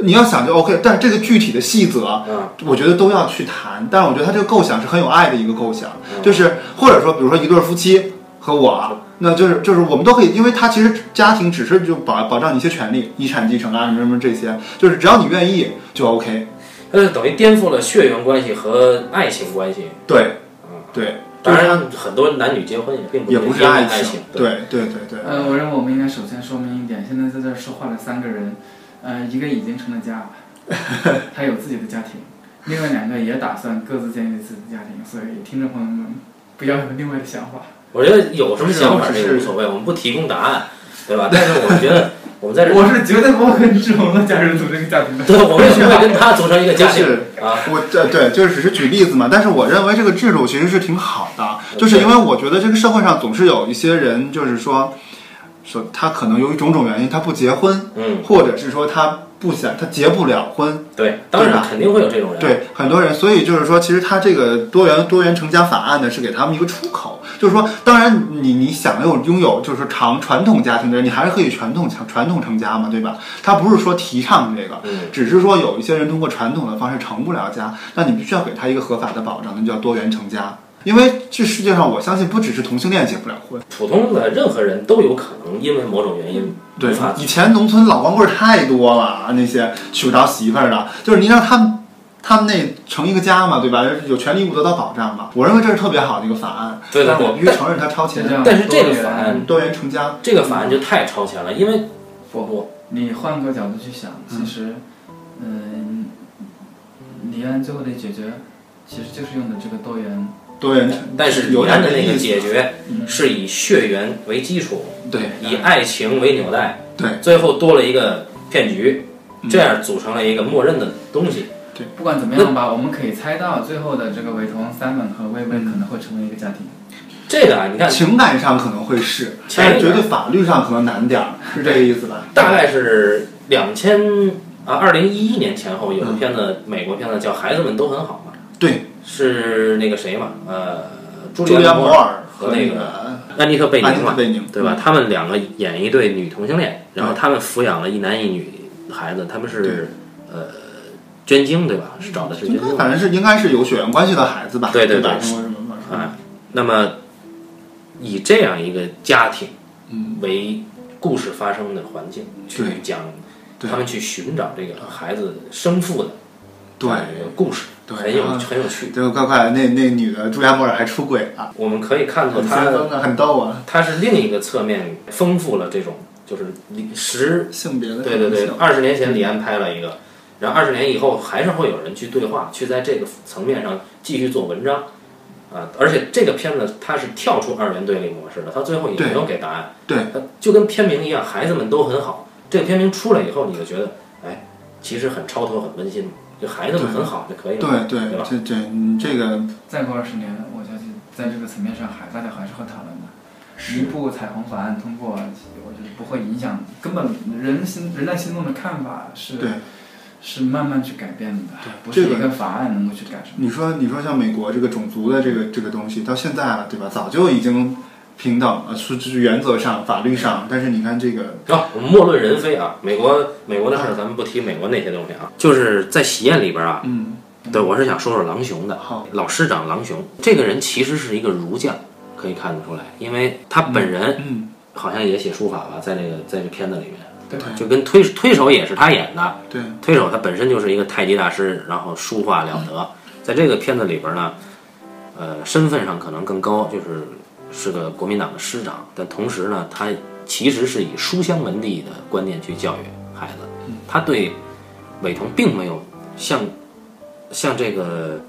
S3: 你要想就 OK，但是这个具体的细则，
S2: 嗯
S3: 我觉得都要去谈。但是我觉得他这个构想是很有爱的一个构想，就是或者说，比如说一对夫妻和我，那就是就是我们都可以，因为他其实家庭只是就保保障你一些权利，遗产继承啊什么什么这些，就是只要你愿意就 OK。
S2: 它是等于颠覆了血缘关系和爱情关系。
S3: 对，对，
S2: 当然，很多男女结婚也并不
S3: 嗯也不
S2: 一
S3: 是
S2: 定爱
S3: 爱情，
S2: 对，
S3: 对对对对，
S1: 呃，我认为我们应该首先说明一点，现在在这儿说话的三个人，呃，一个已经成了 家，他有自己的家庭，另外两个也打算各自建立自己的家庭，所以听众朋友们不要有另外的想 法。
S2: 我觉得有什么想法
S3: 是
S2: 这个无所谓，我们不提供答案，对吧？但是我们觉得我们在这儿，
S1: 我是绝对不会跟志宏的家人组这个家庭的。
S2: 对，我为什么会跟他组成一个家庭
S3: 就是
S2: 啊？
S3: 我这对就是只是举例子嘛，但是我认为这个制度其实是挺好的，就是因为我觉得这个社会上总是有一些人，就是说，说他可能由于种种原因他不结婚，
S2: 嗯，
S3: 或者是说他不想他结不了婚，
S2: 对，当
S3: 对
S2: 然
S3: 吧
S2: 肯定会有这种人。啊
S3: 对很多人，所以就是说，其实他这个多元多元成家法案呢，是给他们一个出口，就是说，当然你你想有拥有就是长传统家庭的人，你还是可以传统传传统成家嘛，对吧？他不是说提倡这个，
S2: 嗯，
S3: 只是说有一些人通过传统的方式成不了家，那你必须要给他一个合法的保障，那就叫多元成家。因为这世界上，我相信不只是同性恋结不了婚。
S2: 普通的任何人都有可能因为某种原因无法
S3: 以前农村老光棍太多了，那些娶不着媳妇儿的，就是你让他们，他们那成一个家嘛，对吧？有权利义务得到保障嘛。我认为这是特别好的一个法案，
S2: 对对
S3: 但是我
S2: 对
S3: 必须承认它超
S1: 就
S3: 前
S1: 这。样
S2: 但是这个
S1: 多元
S2: 法案
S3: 多元成家，
S2: 这个法案就太超前了，因为
S1: 不
S2: 不
S1: 你换个角度去想，其实，嗯，李安最后的解决，其实就是用的这个多元，
S3: 多元成，
S2: 但是
S3: 有
S2: 李
S3: 点
S2: 安的那
S3: 意
S2: 个
S3: 思。
S2: 解决
S1: 嗯
S2: 是以血缘为基础，
S3: 啊对
S2: 以爱情为纽带，
S3: 对，
S2: 最后多了一个骗局，
S3: 嗯
S2: 这样组成了一个默认的东西。
S1: 不管怎么样吧，我们可以猜到最后的这个韦彤、Simon 和薇
S2: 嗯
S1: 薇可能会成为一个家庭。
S2: 这个啊，你看
S3: 情感上可能会是，
S2: 前一
S3: 但是
S2: 段
S3: 觉得法律上可能难点儿，是这个意思吧？
S2: 大概是两千啊，二零一一年前后有个片子，美国片子叫《孩子们都很好》嘛，
S3: 对，
S2: 是那个谁嘛，呃，朱
S3: 朱
S2: 莉
S3: 莉
S2: 安
S3: 安
S2: 摩
S3: 摩尔
S2: 和
S3: 那
S2: 那
S3: 个
S2: 安妮特贝
S3: 安
S2: 宁
S3: 妮特
S2: 嘛，
S3: 贝宁，
S2: 对吧？他们两个演一对女同性恋，然后
S3: 对
S2: 他们抚养了一男一女孩子，他们
S3: 对
S2: 是呃捐精对吧？是找的是捐
S3: 嗯应该
S2: 精，
S3: 反正是应该是有血缘关系的孩子吧？
S2: 对对
S3: 对吧
S2: 对
S3: 中国人嘛
S2: 哎，那么以这样一个家庭
S3: 嗯，
S2: 为故事发生的环境
S3: 对
S2: 去讲，
S3: 对
S2: 他们去寻找这个孩子生父的这
S3: 对
S2: 样一个故事，
S3: 对
S2: 很有
S3: 然后
S2: 很有趣。
S3: 这个快快，那那女的朱亚莫尔还出轨了，
S2: 我们可以看作
S3: 很
S2: 它
S3: 先锋啊，很逗啊，
S2: 它是另一个侧面丰富了这种就是十
S3: 性别的
S2: 对对对
S3: 性，
S2: 二十年前李安拍了一个，然后二十年以后还是会有人去对话，去在这个层面上继续做文章，啊，而且这个片子它是跳出二元对立模式的，它最后也
S3: 对
S2: 没有给答案，
S3: 对
S2: 它就跟片名一样，孩子们都很好，这个片名出来以后，你就觉得，哎，其实很超脱，很温馨，就孩子们
S3: 对
S2: 很好就可以了，
S3: 对
S2: 对吧
S3: 这这嗯这个
S1: 再过二十年，我相信在这个层面上还大家还是会讨论的。
S3: 是
S1: 一部彩虹法案通过，我觉得不会影响，根本人心人在心中的看法是
S3: 对
S1: 是慢慢去改变的，不
S3: 这
S1: 是
S3: 个
S1: 一个法案能够去改什么。
S3: 你说你说像美国这个种族的这个这个东西，到现在了，对吧？早就已经平等了，是是原则上、法律上，但是你看这个，
S2: 啊，我们莫论人非啊，美国美国的事儿咱们不提美国那些东西啊，就是在喜宴里边啊，
S3: 嗯，
S2: 对我是想说说狼雄的。
S3: 好，
S2: 老师长郎雄这个人其实是一个儒将，可以看得出来，因为他本人
S3: 嗯，
S2: 好像也写书法吧，在这个在这片子里面，
S1: 对
S2: 就跟推推手也是他演的，
S3: 对
S2: 推手他本身就是一个太极大师，然后书画了得，在这个片子里边呢，呃，身份上可能更高，就是是个国民党的师长，但同时呢，他其实是以书香门第的观念去教育孩子，
S3: 嗯
S2: 他对韦彤并没有像像这个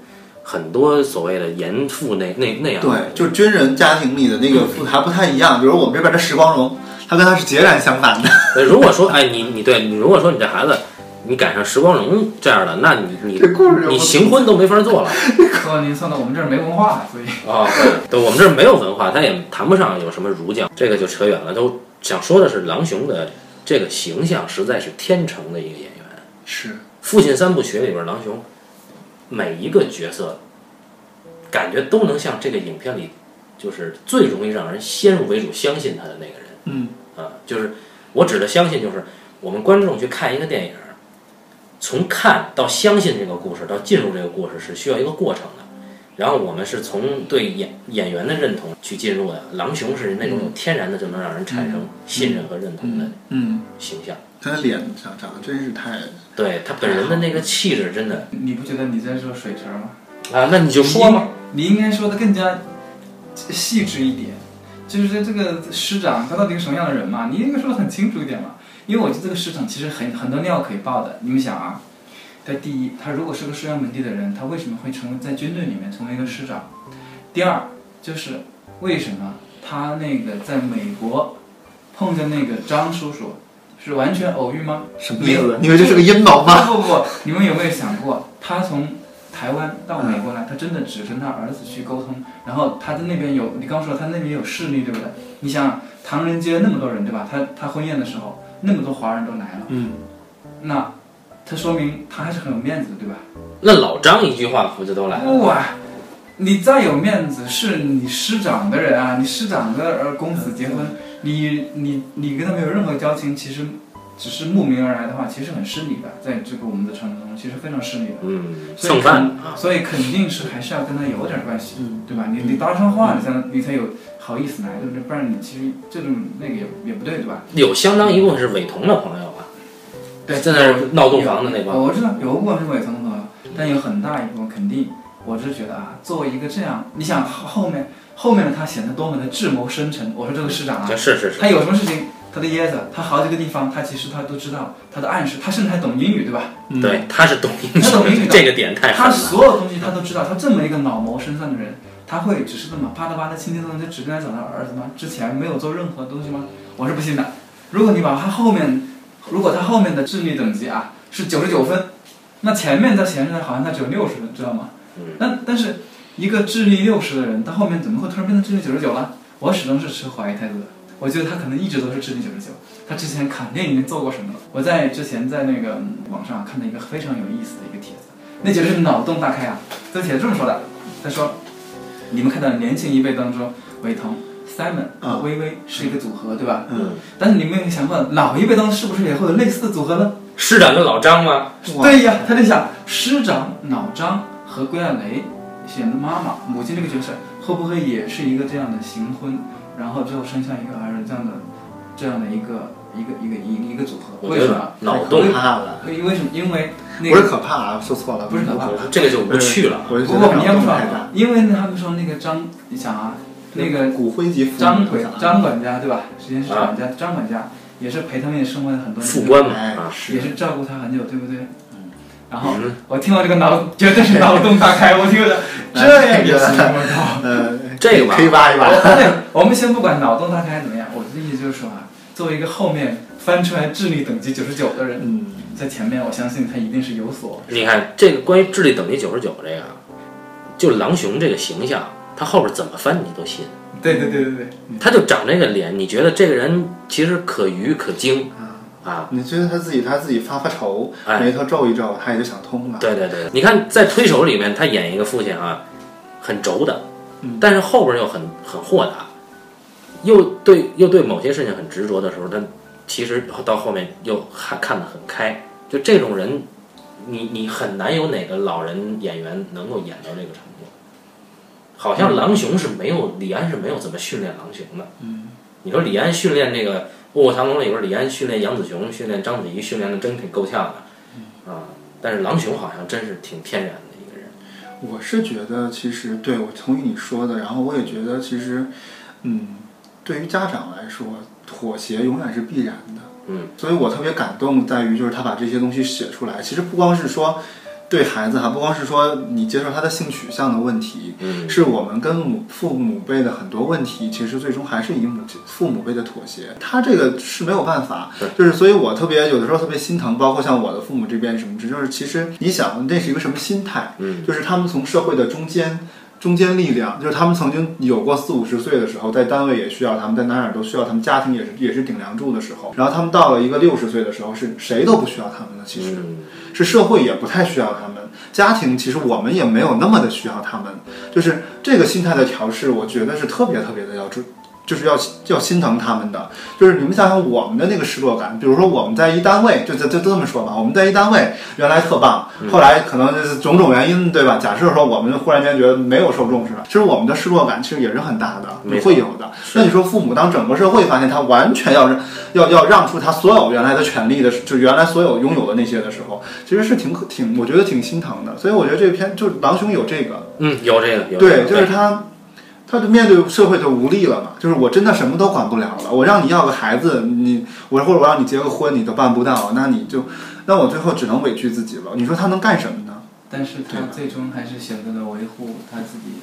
S2: 很多所谓的严父那那那样的
S3: 对，就是军人家庭里的那个还不太一样。比如我们这边的石光荣，他跟他是截然相反的。
S2: 呃，如果说，哎，你你对，你如果说你这孩子，你赶上石光荣这样的，那你你
S3: 这故事有
S2: 你行婚都没法做 了
S1: 所以您送到我们这儿没文化，所以
S2: 啊！对对，我们这儿没有文化，他也谈不上有什么儒教，这个就扯远了。都想说的是，郎雄的这个形象实在是天成的一个演员。
S3: 是，
S2: 父亲三部曲里边，郎雄每一个角色，感觉都能像这个影片里，就是最容易让人先入为主相信他的那个人。
S3: 嗯，
S2: 啊，就是我指的相信，就是我们观众去看一个电影，从看到相信这个故事，到进入这个故事是需要一个过程的。然后我们是从对演演员的认同去进入的。狼雄是那种有天然的就能让人产生信任和认同的
S3: 嗯，
S2: 形象，
S3: 他的脸长长得真是太……
S2: 对他本人的那个气质真的
S1: 你不觉得你在说水池吗？
S2: 啊，那你就说嘛，
S1: 你应该说的更加细致一点，就是这个师长他到底是什么样的人嘛？你应该说的很清楚一点嘛。因为我觉得这个师长其实很很多料可以爆的。你们想啊，他第一，他如果是个师阳本地的人，他为什么会成为在军队里面成为一个师长？第二，就是为什么他那个在美国碰见那个张叔叔是完全偶遇吗？
S3: 什么意思？你以为这是个阴谋吗？
S1: 不不不，你们有没有想过，他从台湾到美国来，他真的只跟他儿子去沟通，然后他在那边有，你刚说他那边有势力，对不对？你想想，唐人街那么多人，对吧？他他婚宴的时候，那么多华人都来了，
S3: 嗯，
S1: 那他说明他还是很有面子的，对吧？
S2: 那老张一句话不就都来了？
S1: 不啊，你再有面子，是你师长的人啊，你师长的儿公子结婚，你你你跟他没有任何交情，其实只是慕名而来的话，其实很失礼的，在这个我们的传统中，其实非常失礼的。
S2: 嗯，
S1: 所以
S2: 蹭饭啊，
S1: 所以肯定是还是要跟他有点关系，
S3: 嗯
S1: 对吧？你你搭上话，你才能你才有好意思来，对不对？不然你其实这种那个也也不对，对吧？
S2: 有相当一部分是伟彤的朋友啊，
S1: 对
S2: 在那儿嗯闹洞房的那帮
S1: 有。我知道有一部分是伪从的，啊但有很大一部分肯定，我是觉得啊，作为一个这样，你想后后面后面的他显得多么的智谋深沉。我说这个市长啊，
S2: 这是是是，
S1: 他有什么事情，他的椰子，他好几个地方，他其实他都知道，他的暗示，他甚至还懂英语，对吧？
S3: 嗯，
S2: 对，他是懂英
S1: 他懂英
S2: 语
S1: 语
S2: 的，
S1: 的
S2: 这个点太狠
S1: 他
S2: 了。
S1: 所有东西他都知道，他这么一个脑谋深算的人，他会只是这么啪嗒啪嗒轻轻松松就只跟他讲他儿子吗？之前没有做任何东西吗？我是不信的。如果你把他后面，如果他后面的智力等级啊是九十九分，那前面他显示好像他只有六十分，知道吗？
S2: 嗯，
S1: 但但是一个智力六十的人，他后面怎么会突然变成智力九十九了？我始终是持怀疑态度的。我觉得他可能一直都是智力九十九，他之前肯定已经做过什么了。我在之前在那个嗯网上看到一个非常有意思的一个帖子，那简直是脑洞大开啊！这帖子这么说的，他说：“你们看到年轻一辈当中，伟彤、Simon 和
S3: 嗯
S1: 微微是一个组合，对吧？
S3: 嗯，
S1: 但是你们有没有想过，老一辈当中是不是也会有类似的组合呢？
S2: 师长跟老张吗？
S3: 哇，
S1: 对呀，他就想师长脑张和归亚蕾显得妈妈母亲这个角色会不会也是一个这样的行婚，然后最后生下一个儿子这样的这样的一个一个一个一个一个组合？
S2: 我
S1: 为
S2: 觉
S1: 什
S2: 得
S1: 么？
S2: 脑
S3: 太
S2: 洞，
S3: 可怕了，
S1: 因为什么？因为那
S3: 不是
S1: 个
S3: 可怕啊，说错了，
S1: 不是可怕，
S2: 这个就无趣了。
S3: 我就觉
S1: 不
S3: 得
S1: 过你要
S3: 脑
S1: 不
S3: 洞
S1: 说
S3: 太大，，
S1: 因为他们说那个张，你想啊，那个
S3: 骨灰级父
S1: 张
S3: 母
S1: 管
S3: 长
S1: 张管家对吧？实际上是管家，张管家也是陪他们生活了很多年，
S2: 副官嘛
S3: 哎
S2: 啊，
S1: 也
S3: 是
S1: 是照顾他很久，对不对？
S3: 嗯。
S1: 然后
S2: 嗯，
S1: 我听到这个脑绝对是脑洞大开，我听着这样也行，我 靠！
S3: 呃，
S2: 这个吧
S3: 可以挖一挖，
S1: 对， 我们先不管脑洞大开怎么样，我的意思就是说啊，作为一个后面翻出来智力等级九十九的人，
S3: 嗯，
S1: 在前面我相信他一定是有所
S2: 你看这个关于智力等级九十九这个，啊就狼熊这个形象，他后边怎么翻你都信，
S1: 对对对对对，
S2: 他就长这个脸，你觉得这个人其实可娱可精
S3: 啊
S2: 啊？
S3: 你觉得他自己他自己发发愁，
S2: 哎
S3: 眉头皱一皱，他也就想通了。
S2: 对对对，你看在推手里面，他演一个父亲啊，很轴的
S3: 嗯，
S2: 但是后边又很很豁达，又对又对某些事情很执着的时候，他其实到后面又看看得很开。就这种人，你你很难有哪个老人演员能够演到这个程度。好像狼雄是没有李安是没有怎么训练狼雄的。
S3: 嗯，
S2: 你说李安训练这个《卧虎藏龙》里边，李安训练杨子雄、训练章子怡，训练的真挺够呛的啊。但是狼雄好像真是挺天然的一个人。
S3: 我是觉得其实对我同意你说的，然后我也觉得其实，嗯，对于家长来说，妥协永远是必然的。
S2: 嗯，
S3: 所以我特别感动在于就是他把这些东西写出来，其实不光是说。对孩子哈，不光是说你接受他的性取向的问题，
S2: 嗯
S3: 是我们跟母父母辈的很多问题，其实最终还是以母亲父母辈的妥协，他这个是没有办法，就是所以我特别有的时候特别心疼，包括像我的父母这边什么之，就是其实你想那是一个什么心态，
S2: 嗯，
S3: 就是他们从社会的中间。中间力量就是他们曾经有过四五十岁的时候，在单位也需要他们，在哪哪都需要他们，家庭也是也是顶梁柱的时候。然后他们到了一个六十岁的时候，是谁都不需要他们了。其实，
S2: 嗯
S3: 是社会也不太需要他们，家庭其实我们也没有那么的需要他们，就是这个心态的调试，我觉得是特别特别的要注，就是要要心疼他们的。就是你们想想我们的那个失落感，比如说我们在一单位，就就就这么说吧，我们在一单位原来特棒，
S2: 嗯
S3: 后来可能就是种种原因，对吧？假设说我们忽然间觉得没有受重视了，其实我们的失落感其实也是很大
S2: 没
S3: 的，
S2: 错
S3: 会有的。那你说父母当整个社会发现他完全要让要要让出他所有原来的权利的时，就原来所有拥有的那些的时候，其实是挺可挺，我觉得挺心疼的。所以我觉得这篇就是狼兄有这个，
S2: 嗯，有这个有这个
S3: 对，就是他，他就面对社会就无力了嘛，就是我真的什么都管不了了。我让你要个孩子，你我或者我让你结个婚，你都办不到，那你就，那我最后只能委屈自己了。你说他能干什么呢？
S1: 但是他最终还是选择了维护他自己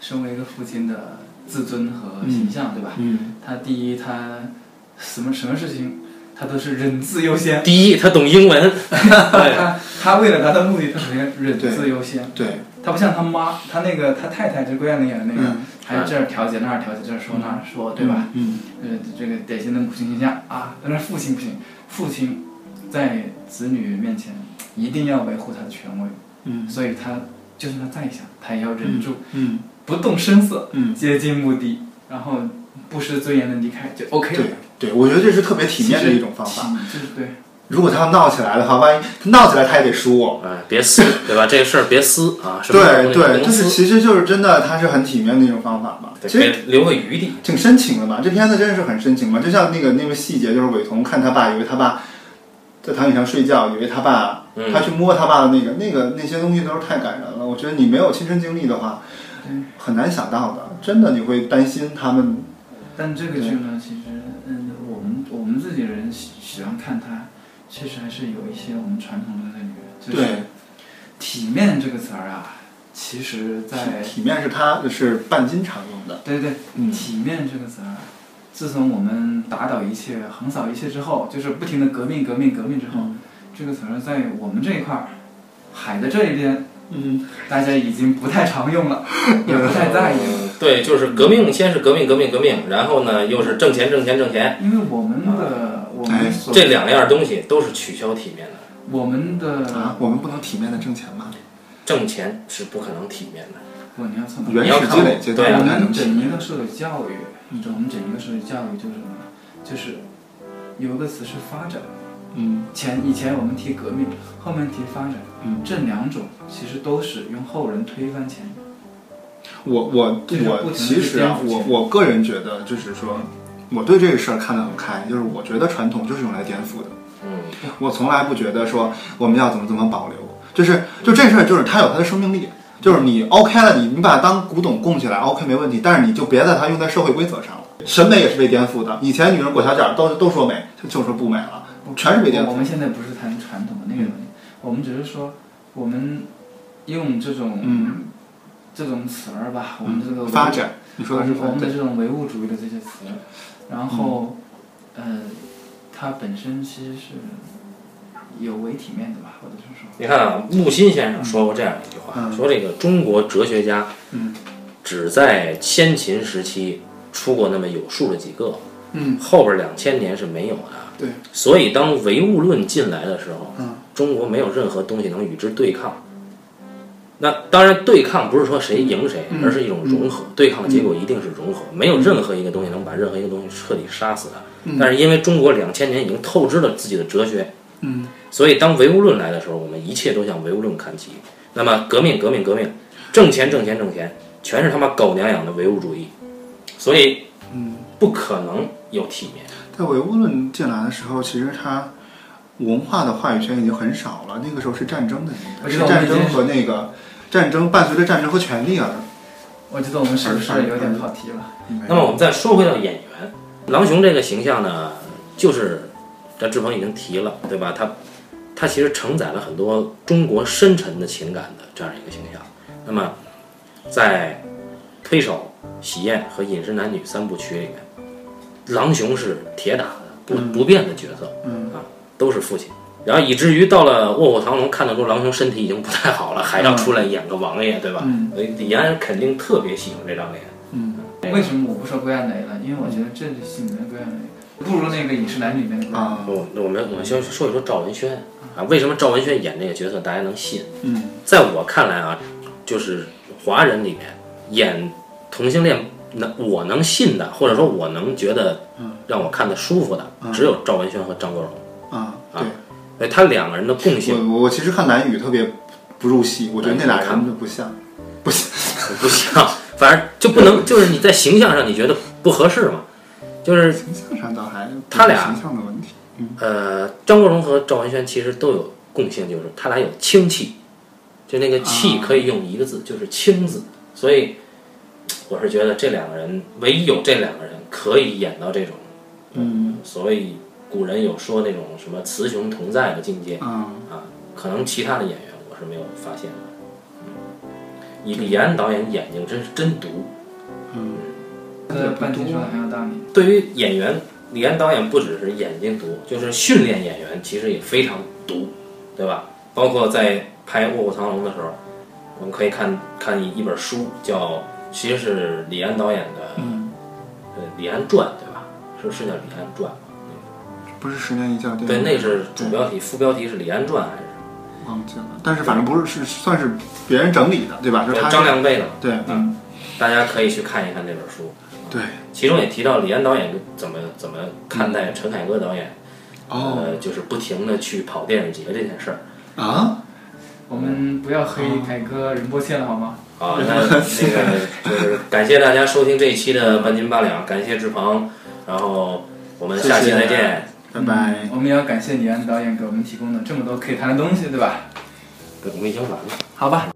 S1: 身为一个父亲的自尊和形象，对吧？
S3: 嗯，
S1: 他第一，他什么什么事情，他都是忍字优先。
S2: 第一，他懂英文，对，
S1: 他他为了达到目的，他首先忍字优先。
S3: 对，
S1: 他不像他妈，他那个他太太，就是郭艳玲演的那个，
S3: 嗯
S1: 还这儿调解那儿调解，这儿说那儿说，对吧？？
S3: 嗯，
S1: 呃，这个典型的母亲形象啊，但是父亲不行，父亲在子女面前一定要维护他的权威，
S3: 嗯，
S1: 所以他就算他再想，他也要忍住，
S3: 嗯，
S1: 不动声色，
S3: 嗯，
S1: 接近目的，然后不失尊严的离开就 OK
S3: 对
S1: 了。
S3: 对，我觉得这是特别体面的一种方法。
S1: 其实，就是对。
S3: 如果他要闹起来的话，万一他闹起来他也得输我。
S2: 哎，别撕，对吧？这个事儿别撕啊，什么事儿都不能
S3: 对对，
S2: 不
S3: 就
S2: 能
S3: 是
S2: 撕，
S3: 其实就是真的，他是很体面的一种方法嘛。
S2: 对
S3: 其实
S2: 别留个余地。
S3: 挺深情的吧，这片子真的是很深情嘛。就像那个那个细节，就是伟彤看他爸，以为他爸在躺椅上睡觉，以为他爸
S2: 嗯
S3: 他去摸他爸的那个那个那些东西都是太感人了。我觉得你没有亲身经历的话，很难想到的。真的你会担心他们，
S1: 但这个剧呢，其实，嗯，我们我们自己人喜喜欢看它，确实还是有一些我们传统的那个，就是
S3: 对，
S1: 体面这个词儿啊，其实在
S3: 体面是他是半斤常用的。
S1: 对对，
S3: 嗯
S1: 体面这个词儿，自从我们打倒一切、横扫一切之后，就是不停的革命、革命、革命之后，
S3: 嗯
S1: 这个词儿在我们这一块儿，海的这一边，
S3: 嗯，
S1: 大家已经不太常用 了，也不太在意了。
S2: 嗯对，就是革命，先是革命，革命，革命，然后呢，又是挣钱，挣钱，挣钱，
S3: 嗯
S1: 因为我们的我们所
S2: 这
S3: 哎
S2: 两样东西都是取消体面的。
S1: 我们的
S3: 啊，我们不能体面的挣钱吗？
S2: 挣钱是不可能体面的，
S1: 不，你要从哪儿
S3: 原始积累阶
S2: 对
S1: 我
S3: 段才
S1: 们
S3: 能体
S1: 整一
S3: 面。
S1: 个社会教育，就我们整一个社会教育就是什么呢？就是有一个词是发展，
S3: 嗯
S1: 前以前我们提革命，后面提发展，
S3: 嗯，
S1: 这两种其实都是用后人推翻前人。
S3: 我我
S1: 这种
S3: 我
S1: 不
S3: 其实啊，
S1: 同的
S3: 我
S1: 颠覆
S3: 我个人觉得就是说，我对这个事儿看得很开，就是我觉得传统就是用来颠覆的，
S2: 嗯，
S3: 我从来不觉得说我们要怎么怎么保留，就是就这事儿就是它有它的生命力，就是你 OK 了你你把它当古董供起来 OK 没问题，但是你就别在它用在社会规则上了。审美也是被颠覆的，以前女人裹小脚都都说美，就说不美了，全是被颠
S1: 我
S3: 覆。
S1: 们现在不是谈传统的那个东
S3: 嗯
S1: 西，我们只是说我们用这种、
S3: 嗯
S1: 这种词儿吧，我们这个文
S3: 发展，你说的是
S1: 我
S3: 发
S1: 们的
S3: 展，
S1: 这种唯物主义的这些词，然后，
S3: 嗯
S1: 呃，它本身其实是有违体面的吧，或者是说，
S2: 你看啊，木心先生说过这样一句话，
S3: 嗯
S2: 说这个中国哲学家，
S3: 嗯，
S2: 只在先秦时期出过那么有数的几个，
S3: 嗯，
S2: 后边两千年是没有的。
S3: 对，
S2: 所以当唯物论进来的时候，
S3: 嗯，
S2: 中国没有任何东西能与之对抗。那当然，对抗不是说谁赢谁，
S3: 嗯
S2: 而是一种融合。对抗的结果一定是融合，没有任何一个东西能把任何一个东西彻底杀死它。
S3: 嗯
S2: 但是因为中国两千年已经透支了自己的哲学，
S3: 嗯，
S2: 所以当唯物论来的时候，我们一切都向唯物论看齐。那么革命，革命，革命，挣钱，挣钱，挣钱，全是他妈狗娘养的唯物主义，所以
S3: 嗯。
S2: 不可能有体面。
S3: 在唯物论进来的时候，其实它文化的话语权已经很少了。那个时候是战争的年代，
S1: 我觉
S3: 是
S1: 得我们
S3: 战
S1: 已经
S3: 争和那个战争伴随着战争和权力而。
S1: 我觉得我们是不是有点跑题了？
S2: 那么我们再说回到演员，狼雄这个形象呢，就是这志鹏已经提了，对吧？他它其实承载了很多中国深沉的情感的这样一个形象。那么，在《推手》《喜宴》和《饮食男女》三部曲里面，狼雄是铁打的不不变的角色，
S3: 嗯
S2: 啊，都是父亲。然后以至于到了《卧虎藏龙》，看得出狼雄身体已经不太好了，还要出来演个王爷，对吧？
S3: 嗯
S2: 所以李安肯定特别喜欢这张脸。
S3: 嗯
S1: 为什么我不说归案雷了？因为我觉得这戏里面的归案雷不如那个《饮食男女》里面的归案雷。
S3: 啊
S2: 我我们我们先说一说赵文轩啊，为什么赵文轩演这个角色大家能信？
S3: 嗯
S2: 在我看来啊，就是华人里面演同性恋能我能信的，或者说我能觉得让我看的舒服的，只有赵文轩和张国荣。
S3: 啊，
S2: 啊
S3: 对，
S2: 所以他两个人的共性
S3: 我我其实看蓝宇特别不入戏，我觉得那俩人就不像，不像，
S2: 不像，反正就不能就是你在形象上你觉得不合适嘛。就是
S3: 形象上倒还
S2: 他俩
S3: 形象的问题，
S2: 呃，张国荣和赵文轩其实都有共性，就是他俩有清气，就那个气
S3: 啊
S2: 可以用一个字，就是清字。所以我是觉得这两个人，唯一有这两个人可以演到这种。
S3: 嗯
S2: 所以古人有说那种什么雌雄同在的境界
S3: 啊
S2: 啊，可能其他的演员我是没有发现的。以李安导演眼睛真是真毒，
S3: 嗯
S1: 他的半斤说的很有道理。
S2: 对于演员，李安导演不只是眼睛毒，就是训练演员其实也非常毒，对吧？包括在拍《卧虎藏龙》的时候，我们可以看看一一本书，叫其实是李安导演的
S3: 嗯，
S2: 呃《李安传》，对吧？是是叫《李安传》吗？
S3: 不是十年一觉电影，
S2: 对，那是主标题，副标题是《李安传》还是？
S3: 忘记了，但是反正不是是算是别人整理的，对吧？是他
S2: 张亮贝的，
S3: 对嗯
S2: 大家可以去看一看这本书。
S3: 对
S2: 其中也提到李安导演怎么怎么看待陈凯歌导演，
S3: 哦
S2: 呃，就是不停的去跑电影节这件事儿
S3: 啊
S1: 我们不要黑凯歌、任波切了好吗？
S2: 啊。那那个就是感谢大家收听这一期的半斤八两，感谢志鹏，然后我们下期再
S3: 谢
S2: 见，
S3: 拜拜。
S1: 嗯我们也要感谢李安导演给我们提供的这么多可以谈的东西，对吧？
S2: 对我们已经完了。
S1: 好吧。